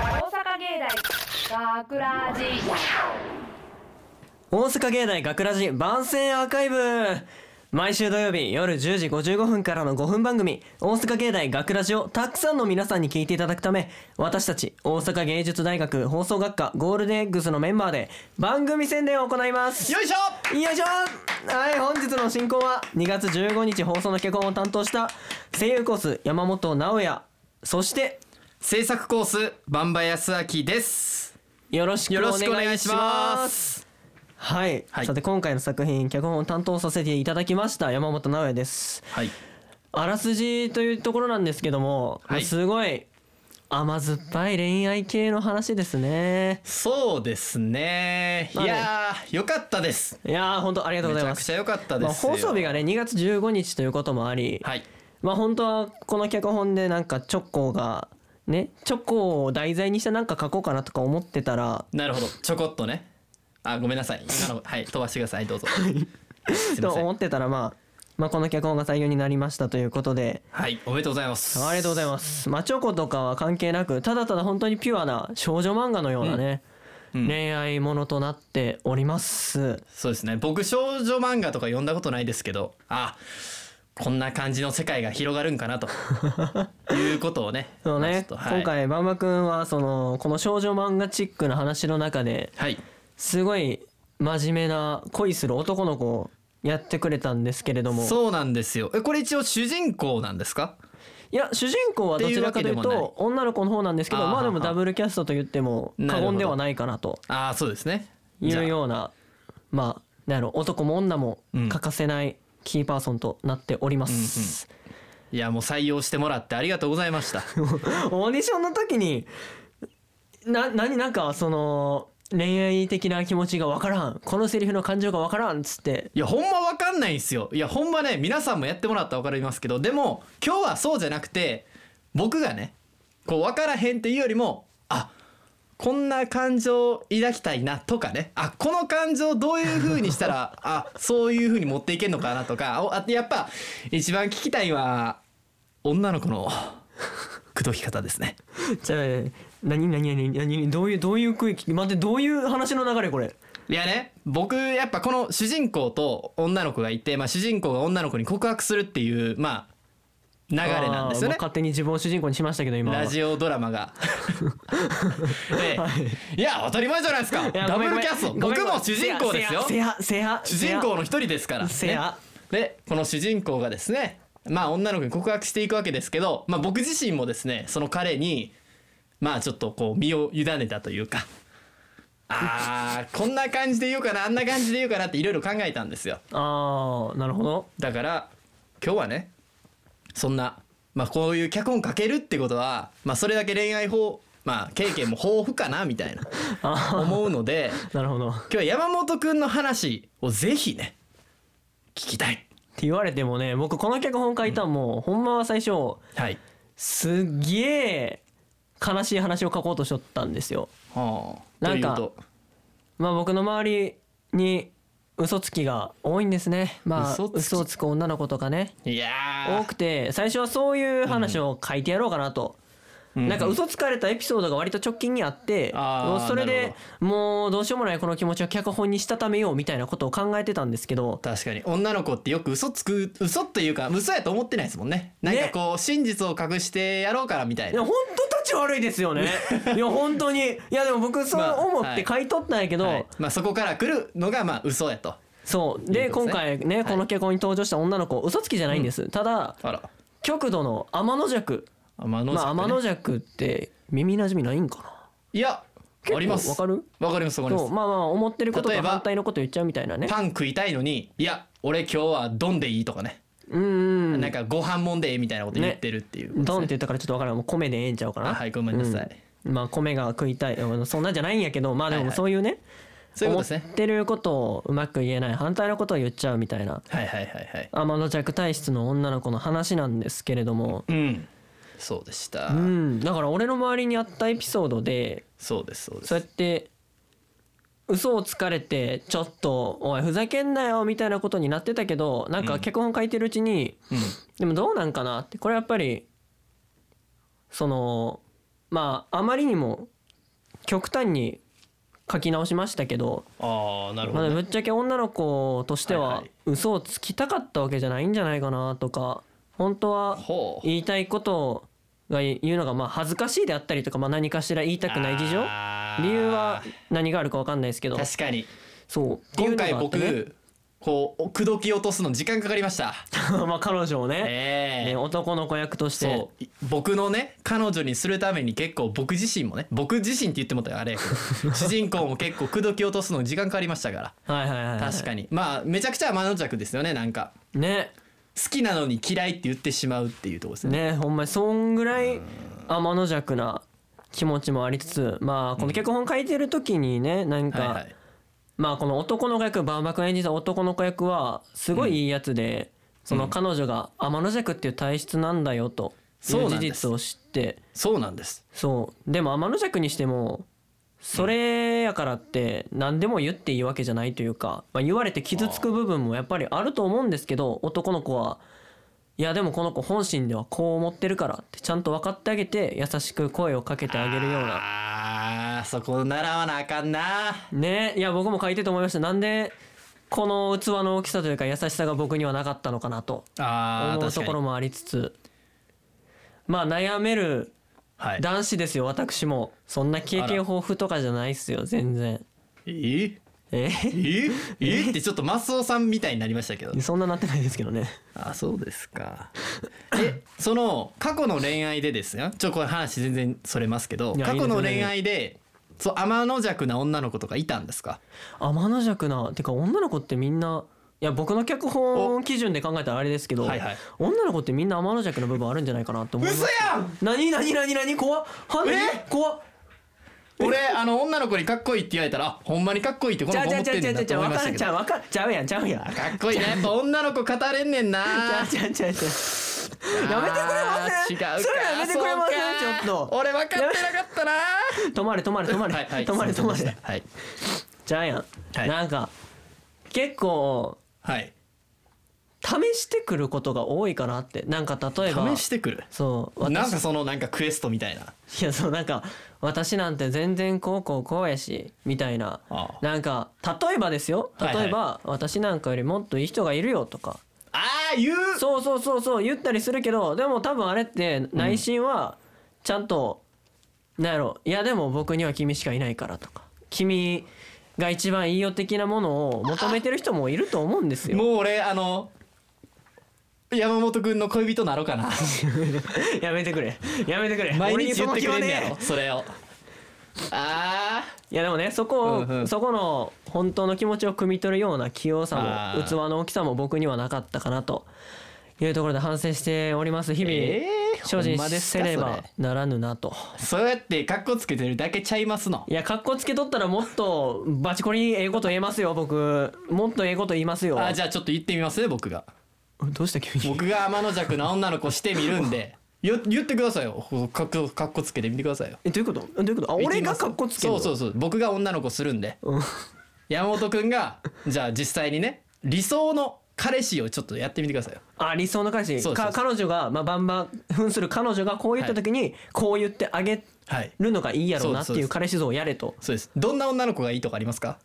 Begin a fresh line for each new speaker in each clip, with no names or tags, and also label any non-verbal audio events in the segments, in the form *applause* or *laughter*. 芸大学ラジ
大阪芸大学ラジ番宣アーカイブ毎週土曜日夜10時55分からの5分番組「大阪芸大学ラジをたくさんの皆さんに聞いていただくため私たち大阪芸術大学放送学科ゴールデンエッグスのメンバーで番組宣伝を行いますよ
よいしょ
いしょはい本日の進行は2月15日放送の脚本を担当した声優コース山本直也そして
制作コースバンバ康明です
よろしく
よろしく
お
お
願
願
い
い
し
し
ま
ますす
はい、
はい
さて今回の作品脚本を担当させていただきました山本直哉です
はい
あらすじというところなんですけども、
はい
すごい甘酸っぱい恋愛系の話ですね
そうですねい
まあね
やーよかったです
いやー本当ありがとう
め
ござい
ちゃ
ま
く
す
ちゃ良かったですよ、
まあ、放送日がね2月15日ということもあり、
はい
まあ本当はこの脚本でなんかチョコがねチョコを題材にしてなんか書こうかなとか思ってたら
なるほどちょこっとねあごめんなさいなるほどはい飛ばしてくださいどうぞすい
と
ませ
思
ん
ってたらまあまあこの脚本が採用になりましたということで
はいおめでとうございます
ありがとうございます。まあ、チョコとかは関係なく、ただただ本当にピュアな少女漫画のようなね、
うん
恋愛ものとなっております。
そうですね僕少女漫画とか読んだことないですけどあこんな感じの世界が広がるんか
*laughs*
なということをね
そう
まあちょ
ね
っ、とはい、
今回、ばんばくんは、その、この少女漫画チックな話の中で、
はい
すごい真面目な恋する男の子をやってくれたんですけれども、
そうなんですよえこれ一応主人公なんですか
いや、主人公はどちらかという
っていうわけで
と、女の子の方なんですけど、
あー
まあで
は
も
は
ダブルキャストと言っても過言ではないかなと
ああそうですね
い
じゃあ
うようなまあなんやろ男も女も
うん
欠かせないキーパーソンとなっております、
いやもう採用してもらってありがとうございました *laughs*
オーディションの時にな何なんかその恋愛的な気持ちが分からんこのセリフの感情が分からんっつって
いやほんまわかんないんすよいやほんまね皆さんもやってもらったらわかりますけどでも今日はそうじゃなくて僕がねこうわからへんっていうよりもあこんな感情を抱きたいなとかねあこの感情をどういう風にしたらあそういう風に持っていけるのかなとかおあやっぱ一番聞きたいは女の子の口説き方ですね
じゃあ何何何何どういうどういう区域待ってどういう話の流れこれ
いやね僕やっぱこの主人公と女の子がいて、まあ、主人公が女の子に告白するっていうまあ流れなんです
あ
よ
ーもう
ね
勝手に自分を主人公にしましたけど今は
ラジオドラ
*laughs*
マが、でい、や当たり前じゃないですか
いや
ダ
ごめんご
ブル
めん
キャスト
ごめん
僕
ごめ
も
ん
主人公ですよ
せやせや
主
せや
人公の一人ですから、
せや
ねでこの主人公がですねまあ女の子に告白していくわけですけど、まあ、僕自身もですねその彼にまあちょっとこう身を委ねたというかあーこんな感じで言うかなあんな感じで言うかなっていろいろ考えたんですよ
ああなるほど
だから今日はねそんな、まあ、こういう脚本書けるってことは、まあ、それだけ恋愛法、まあ、経験も豊富かなみたいな
あ
思う
*laughs*
ので
ーなるほど
今日は山本くんの話をぜひね聞きたい。
って言われてもね僕この脚本書いたんも、ほんまは最初
はい
すっげえ悲しい話を書こうとしとったんですよ。
はあ、
なんか
というと
まあ僕の周りに嘘つきが多いんですね。まあ
嘘つき
嘘をつく女の子とかね
いやー
多くて最初はそういう話を書いてやろうかなと。
うん
なんか嘘つかれたエピソードが割と直近にあって
あー
もうそれ
な
で
る
もうどうしようもないこの気持ちを脚本にしたためようみたいなことを考えてたんですけど
確かに女の子ってよく嘘つく嘘っていうか嘘やと思ってないですもんねなんかこう真実を隠してやろうからみたい
いや
な、
本当立ち悪いですよ
*laughs*
ねいや本当にいやでも僕そう思って書いとったんやけど、
はいまあ、そこから来るのがまあ嘘やと
そう
い
で
うこと
今
ですね
回ね
はい
この結婚に登場した女の子嘘つきじゃないんですただ
あら
極度の天の弱
天の
まあ
弱ね
天の弱って耳なじみないんかない
や
結構
あります
わかる
わかりますわかりま
そう
す
まあまあ思ってること
例
と
えば
反対のこと言っちゃうみたいなね
パン食いたいのにいや俺今日はドンでいいとかね、
うんうん
なんかご飯もんでみたいなこと言ってるっていうことですね、
ドンって言ったからちょっとわからんもう米でええんちゃうかな
あはいごめんなさい、
うんまあ米が食いたいあのそんなんじゃないんやけどまあで
はい
も
はい
そういうね
そういうことですね
思ってることをうまく言えない反対のことを言っちゃうみたいな
はいはいはいはい
天の弱体質の女の子の話なんですけれども
うんそうでした、
うんだから俺の周りにあったエピソードで
そうですそうで
そうや
す
って嘘をつかれてちょっとおいふざけんなよみたいなことになってたけどなん
う
か
ん
脚本書いてるうちに、
うん
でもどうなんかなってこれやっぱりそのまああまりにも極端に書き直しましたけど、
ああなるほ
まあ、
ど、ね
ぶっちゃけ女の子として
はい
は
はい
嘘をつきたかったわけじゃないんじゃないかなとか本当は
ほう
言いたいことが言うのがまあ恥ずかしいであったりとか、まあ、何かしら言いたくない事情
あー
理由は何があるか分かんないですけど
確かに
そうっていう
今
のが
回
あって
僕、
ね
こう口説き落とすの時間かかりました
*laughs* まあ彼女をね,、
ええ
ね男の子役として
そうい僕のね彼女にするために結構僕自身もね僕自身って言ってもらったらあれやけ
*laughs*
ど主人公も結構口説き落とすのに時間かかりましたから
はいはいはいはい
確かにまあめちゃくちゃ天の弱ですよねなんか
ね
好きなのに嫌いって言ってしまうっていうところですね
ねほんまにそんぐらい天の弱な気持ちもありつつまあこの脚本書いてる時にねなん
はい
か、
はい
まあこの男の子役バンバク演じた男の子役はすごいいいやつで、その彼女が天の弱っていう体質なんだよとい
そう
う
なん
事
です
実を知って
そうなんです
そうでも天の弱にしてもそれやからって何でも言っていいわけじゃないというか、まあ、言われて傷つく部分もやっぱりあると思うんですけど男の子はいやでもこの子本心ではこう思ってるからってちゃんと分かってあげて優しく声をかけてあげるような
あーそこ習わなあかんな
ねいや僕も書いてて思いましたなんでこの器の大きさというか優しさが僕にはなかったのかなと
あ
思うところもありつつまあ悩める
はい
男子ですよ私もそんな経験豊富とかじゃないっすよ全然
え
え *laughs*
ええってちょっとマスオさんみたいになりましたけど
そんななってないですけどね
あそうで
*laughs*
すかえその過去の恋愛でですよちょこれ話全然それますけど
いや
過去の
いいです
恋
よ
愛でそう天の弱な女の子とかいたんですか
天の弱なてか女の子ってみんないや僕の脚本基準で考えたらあれですけど、
はいはい
女の子ってみんな天の弱な部分あるんじゃないかなと思います
やん
何何何何怖っは
え
怖っ
俺あの女の子にかっこいいって言われたらあほんまにかっこいいってこ
ち
の
ゃう
子
ちゃうちゃ
思って
うんち
ね
ゃ
ん
う
な
ち
と
ゃう
思
分かるち
いましたけど
ゃう
か
分かるちゃうやんちゃうやんち
っこいいなやっぱ女の子語れんねんな
ゃうちゃうちゃうちゃう *laughs* やめてくれません
あー違うか
それやめてくれません
そうか
ちょっと
俺分かってなかったな
止まれ止まれ止まれ、止まれ止まれ
はい
ちゃうやん、
はい
なんか結構
はい
試してくることが多いかなってなんか例えば
試してくる
そう
なん
私
かそのなんかクエストみたいない
やそうなんか私なんて全然こうこうこうやしみたいな
ああ
なんか例えばですよ
はいはい
例えば、私なんかよりもっといい人がいるよとか
ああ言う *laughs*
そうそうそうそう言ったりするけどでも多分あれって内心はちゃんと、なんやろいやでも僕には君しかいないからとか君が一番いいよ的なものを求めてる人もいると思うんですよ。
もう俺あの山本君の恋人なろう
*laughs*
かな
やめてくれやめてくれ
毎
俺に
日
そ
言
の
って
気
く
は
れんね
ね
や
え
ろそれをあ
いやでもねそこを、
うんうん
そこの本当の気持ちを汲み取るような器用さ
あー
も器の大きさも僕にはなかったかなというところで反省しております日々、
えー
精進
ほんまです
せ
か
ね
そ
ば
れ
ならぬなと。
あそうやってカッコつけてるだけちゃいますの
いや、格好つけとったらもっとバチコリええこと言えますよ、僕。もっとええこと言いますよ。
あじゃあちょっと言ってみますね僕が
どうした急に。
僕が天の弱な女の子してみるんで *laughs* よ言ってくださいよカッコカッコつけてみてくださいよ
え、どういうことどういうことあ、俺が格好つける
そ
の
うそうそう僕が女の子するんで
うん。
山本君がじゃあ実際にね理想の彼氏をちょっとやってみてくださいよ
あ、理想の彼氏。
そうそうそ
か
う
彼女が、まあ、バンバン、扮する彼女がこう言った時に、こう言ってあげ
はい
るのがいいやろうなって
そう
い
で
う
す
彼氏像をやれと。
そうですどんな女の子がいいとかありますか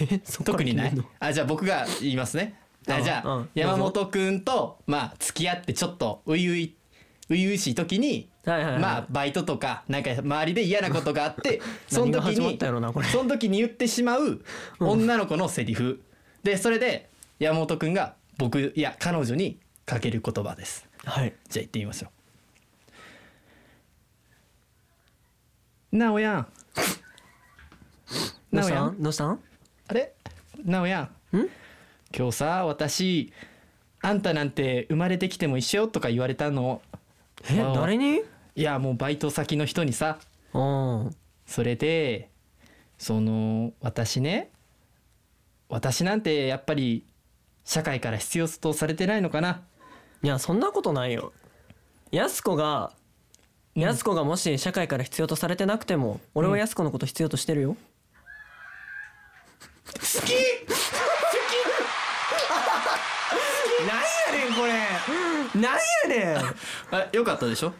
え、そっから
特にない
決めんの
あじゃあ僕が言いますねあ
うん
じゃあ、
うん
山本君とまあ付き合ってちょっと初々初々しい時に、
はいはいはい
まあバイトとかなんか周りで嫌なことがあってその
*laughs* 何が
時
始まっ
に
たやろなこれ
その時に言ってしまう女の子のセリフ、でそれで山本君が僕いや彼女にかける言葉です
はい。
じゃあ行ってみましょうなおやん
どう
なお
し
や
た
ん
んどうしたん
あれなおやん
ん
今日さ私あんたなんて生まれてきても一緒よとか言われたの
え、
あ
誰に
いやもうバイト先の人にさ
うん。
それでその私ね私なんてやっぱり社会から必要とされてないのかない
や、そんなことないよ。やす子が、やす子がもし社会から必要とされてなくても、俺はやす子のこと必要としてるよ。
好き
なんやねんこれなんやねん
あよかったでしょ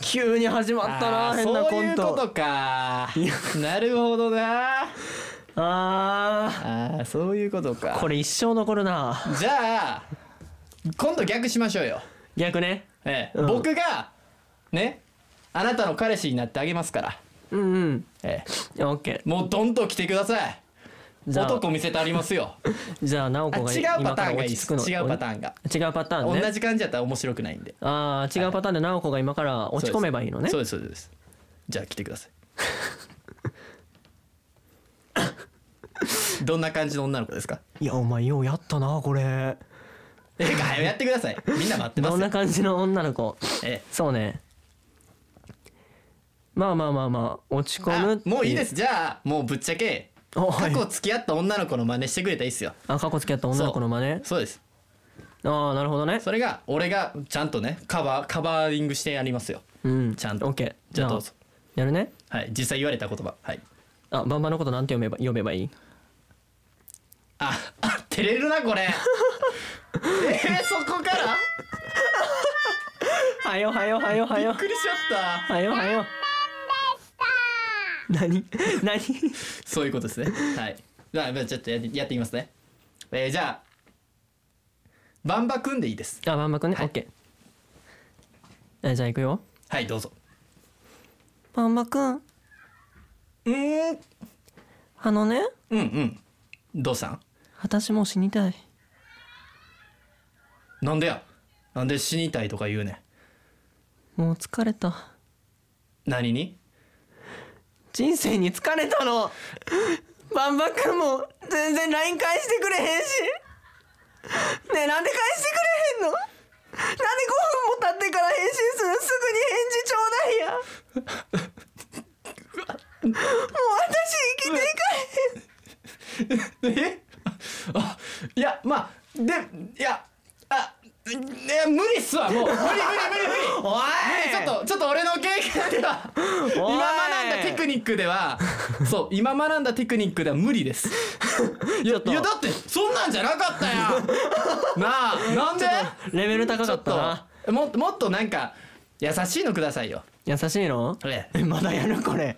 急に始まったな
あー
変なコン
そういうこ
ト
とかなるほどなあ
あ
ーそういうこと
ー
か
これ一生残るな
じゃあ今度逆しましょうよ、
逆ね
ええ
うん
僕がねあなたの彼氏になってあげますから、
うんうん
ええ
オッケ
もうどんと来てください
じゃあ
男見せてありますよ
ーじゃあ直
あ
子が
違うパターンがいいです
今から落ち着く
違
の
うパターンが
違うパターンね
同じ感じやったら面白くないんで
ああ違うパターンで直子が今から落ち込めばいいのね
そうですそうですじゃあ来てく
*laughs*
ださいどんな感じの女の子ですか
いやお前ようやったなこれ
ええか早くやってくださいみんな待ってま
ど
すよ
んな感じの女の子
え
そうねまあまあまあまあ落ち
え
込むって
あもういいですじゃあもうぶっちゃけ
おは
過
い
去付き合った女の子の真似してくれたらいいっすよ
あ過去付き合った女の子の真似
そうです
ああなるほどね
それが俺がちゃんとねカバーカバーリングしてやりますよ
うん
ちゃんと
オッケー
じゃあどうぞ
やるね
はい実際言われた言葉はい
あバンバンのことなんて読めば読めばいい
ああ照れるな *laughs* これえー、そこから
はよはよはよは
びっ
よ
くりしちゃった
はよはよ何何
そういうことですねはいじゃあちょっとやってやってみますねえー、じゃあバンバ組んでいいです
あバンバンくんねオッケーえじゃあ行くよ
はいどうぞ
バンバンくん
うーん
あのね
うんうんどうしたん
私もう死にたい
なんでやなんで死にたいとか言うねん
もう疲れた
何に
人生に疲れたのバンバくんも全然 LINE 返してくれへんしねえなんで返してくれへんのなんで5分も経ってから返信するすぐに返事ちょうだいやもう私生きていかれへん
え *laughs* あいやまあでいやあいや無理っすわもう無理無理無理無理
お *laughs*
ちょっとちょっと俺の経験では今
おい
学んだテクニックではそう今学んだテクニックでは無理ですい
ち
や
ょっと
いやだってそんなんじゃなかっ
*laughs*
たやんなあなんで
とレベル高かったな
ちょっともっともっとなんか優しいのくださいよ
優しいの
え
えまだやるこれ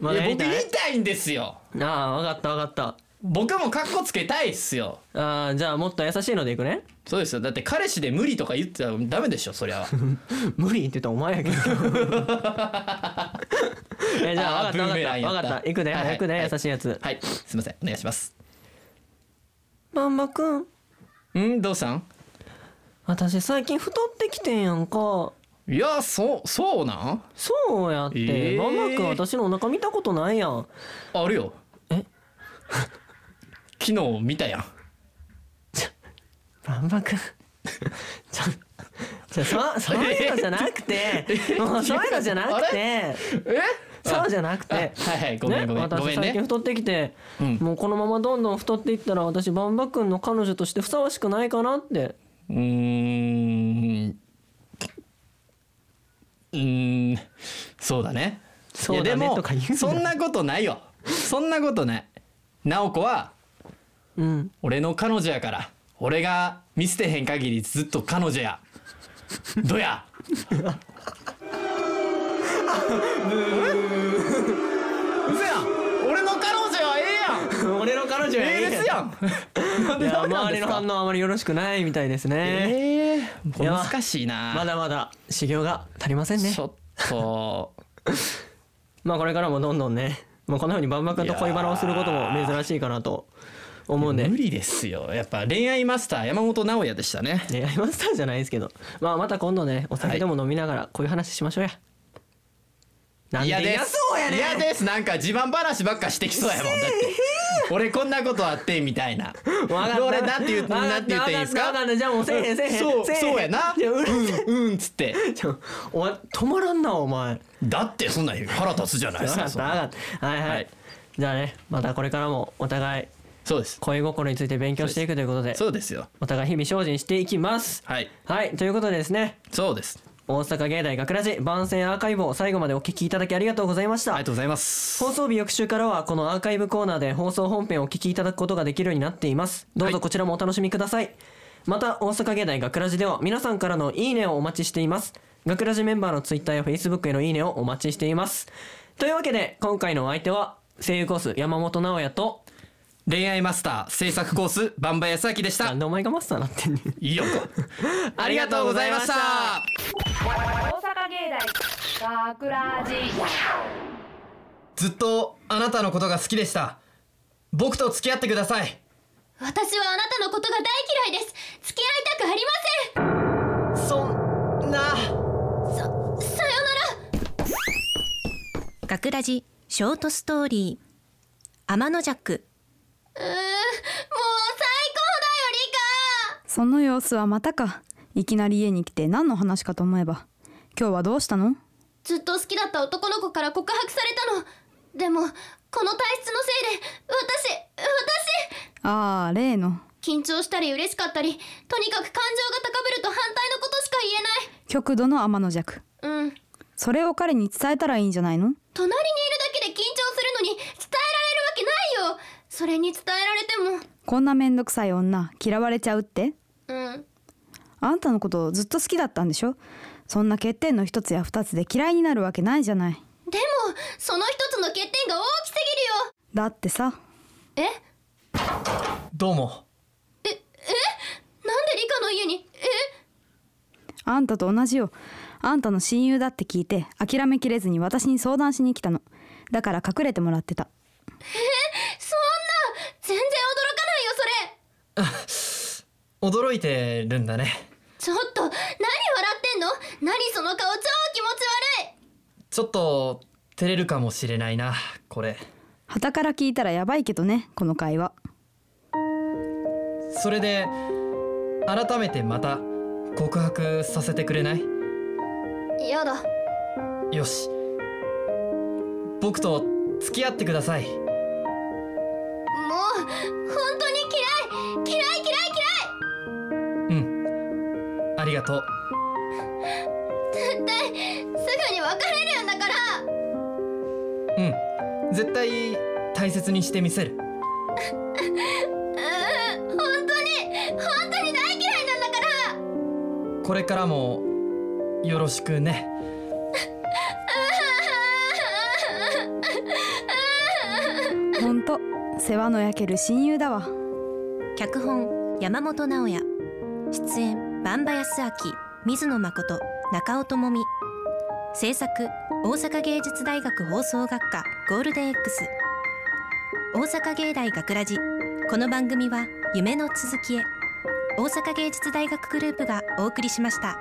ま
い
だ
や
やり
僕
た
言
い
いたいんですよ
ああわかったわかった
僕もカッコつけたいっすよ
ああじゃあもっと優しいのでいくね
そうですよだって彼氏で無理とか言ってたらダメでしょ
*laughs*
そりゃ
無理って言ったらお前
*laughs*
やけど。えじゃあ分か
あーブーメ
っ
ラ
た
ンや
分かった
った
分かった。いくね
はいはい
早く
は
ね
い
優しいやつ。
はいすいませんお願いします
バンバくん、
んどうさん
私最近太ってきてんやんか。
いやそうそうなん
そうやって、
えー
バンバくん私のお腹見たことないやん。
あるよ
え
*laughs* 昨日見たやん
バンバくん。 *laughs* ちょちょそそういうのじゃなく
*laughs*
て、もうそういうのじゃなくて、
え
そうじゃなく
あは
て
い。はいごめんごめん、
ね、
ごめ
私
ん
最近
ね
太ってきて、
うん
もうこのままどんどん太っていったら私バンバ君の彼女としてふさわしくないかなって
うーんうーんそうだね
そうだね
いやでも
とか言うな
そんなことないよそんなことない直子は
うん
俺の彼女やから俺が見捨てへん限りずっと彼女やどやうせやん俺の彼女は
*laughs*
え
俺の彼女
えやんええですやんなん
い
で
や
ダメなん
周
で
り
す
の
か
反応あまりよろしくないみたいですね、
ええ
いや
難しいな
まだまだ修行が足りませんね
ちょっと
まあこれからもどんどんねもうこんな風にバンバ君と恋バナをすることも珍しいかなと思うんで
無理ですよやっぱ恋愛マスター山本直哉でしたね
恋愛マスターじゃないですけどまあまた今度ねお酒でも飲みながらこういう話しましょうや、なんで嫌そうやねん
嫌ですなんか自慢話ばっかしてきそうやもんだって俺こんなことあってみたいな
わかった
俺なんて言う
わかった
なんて言っていいですか
わかったわかったじゃあもうせえへんせえへん
そう
せえへん
そうやな
じゃあうる
うんうんっつって
ちょお前止まらんなお前
だってそんなん言う腹立つじゃない
分
です
か
か
っ
そ
た
ん
分
な
かったはいはい、
はい
じゃあねまたこれからもお互い
そうです
恋心について勉強していくということで
そうですよ
お互い日々精進していきます
はい
はいということでですね
そうです
大阪芸大学ラジ番宣アーカイブを最後までお聞きいただきありがとうございまし
あ
た
りがとうございます
放送日翌週からはこのアーカイブコーナーで放送本編をお聞きいただくことができるようになっていますどう
は
ぞ
い
こちらもお楽しみください、また大阪芸大学ラジでは皆さんからのいいねをお待ちしています学ラジメンバーのツイッターやフェイスブックへのいいねをお待ちしていますというわけで今回のお相手は声優コース山本直哉と
恋愛マスター制作コースバンバ康明でし
な
た
んでお前がマスターなってんねん
い
*laughs*
いよありがとうございました
大阪芸大学ラジ
ずっとあなたのことが好きでした僕と付き合ってください
私はあなたのことが大嫌いです付き合いたくありま
そんな
せんささようなら
学ラジショートストーリー天のジャック
うーんもう最高だよ
その様子はまたかいきなり家に来て何の話かと思えば今日はどうしたの
リカずっと好きだった男の子から告白されたのでもこの体質のせいで私私
ああ例の
緊張したり嬉しかったりとにかく感情が高ぶると反対のことしか
極度の天の弱
言えないうん
それを彼に伝えたらいいんじゃないの
隣にいるだけで緊張するのに伝えられるわけないよそれに伝えられて
こんなめんどくさい女嫌われちゃうって
もうん
あんたのことずっと好きだったんでしょそんな欠点の一つや二つで嫌いになるわけないじゃない
でもその一つの欠点が大きす
だってさ
ぎるよえ
どうも
なんでリカの家にえ
あんたと同じよあんたの親友だって聞いて諦めきれずに私に相談しに来たのだから隠れてもらってた
そんな全然驚かないよそれ
驚いてるんだね
ちょっと何笑ってんの何その顔超気持ち悪い
ちょっと照れるかもしれないなこれ
傍から聞いたらやばいけどねこの会話
それで改めてまた告白させてくれない
やだ
よし僕と付き合ってください
もう本当に嫌い嫌い嫌い嫌い
うんありがとう
絶対すぐに別れるんだから
うん絶対大切にしてみせる
うーん本当に本当に大嫌いなんだから
これからもよろしくね
ほんと世話の焼ける親友だわ
脚本山本直哉出演バンバ康明水野誠中尾智美制作大阪芸術大学放送学科ゴールデン X 大阪芸大学ラジこの番組は夢の続きへ大阪芸術大学グループがお送りしました。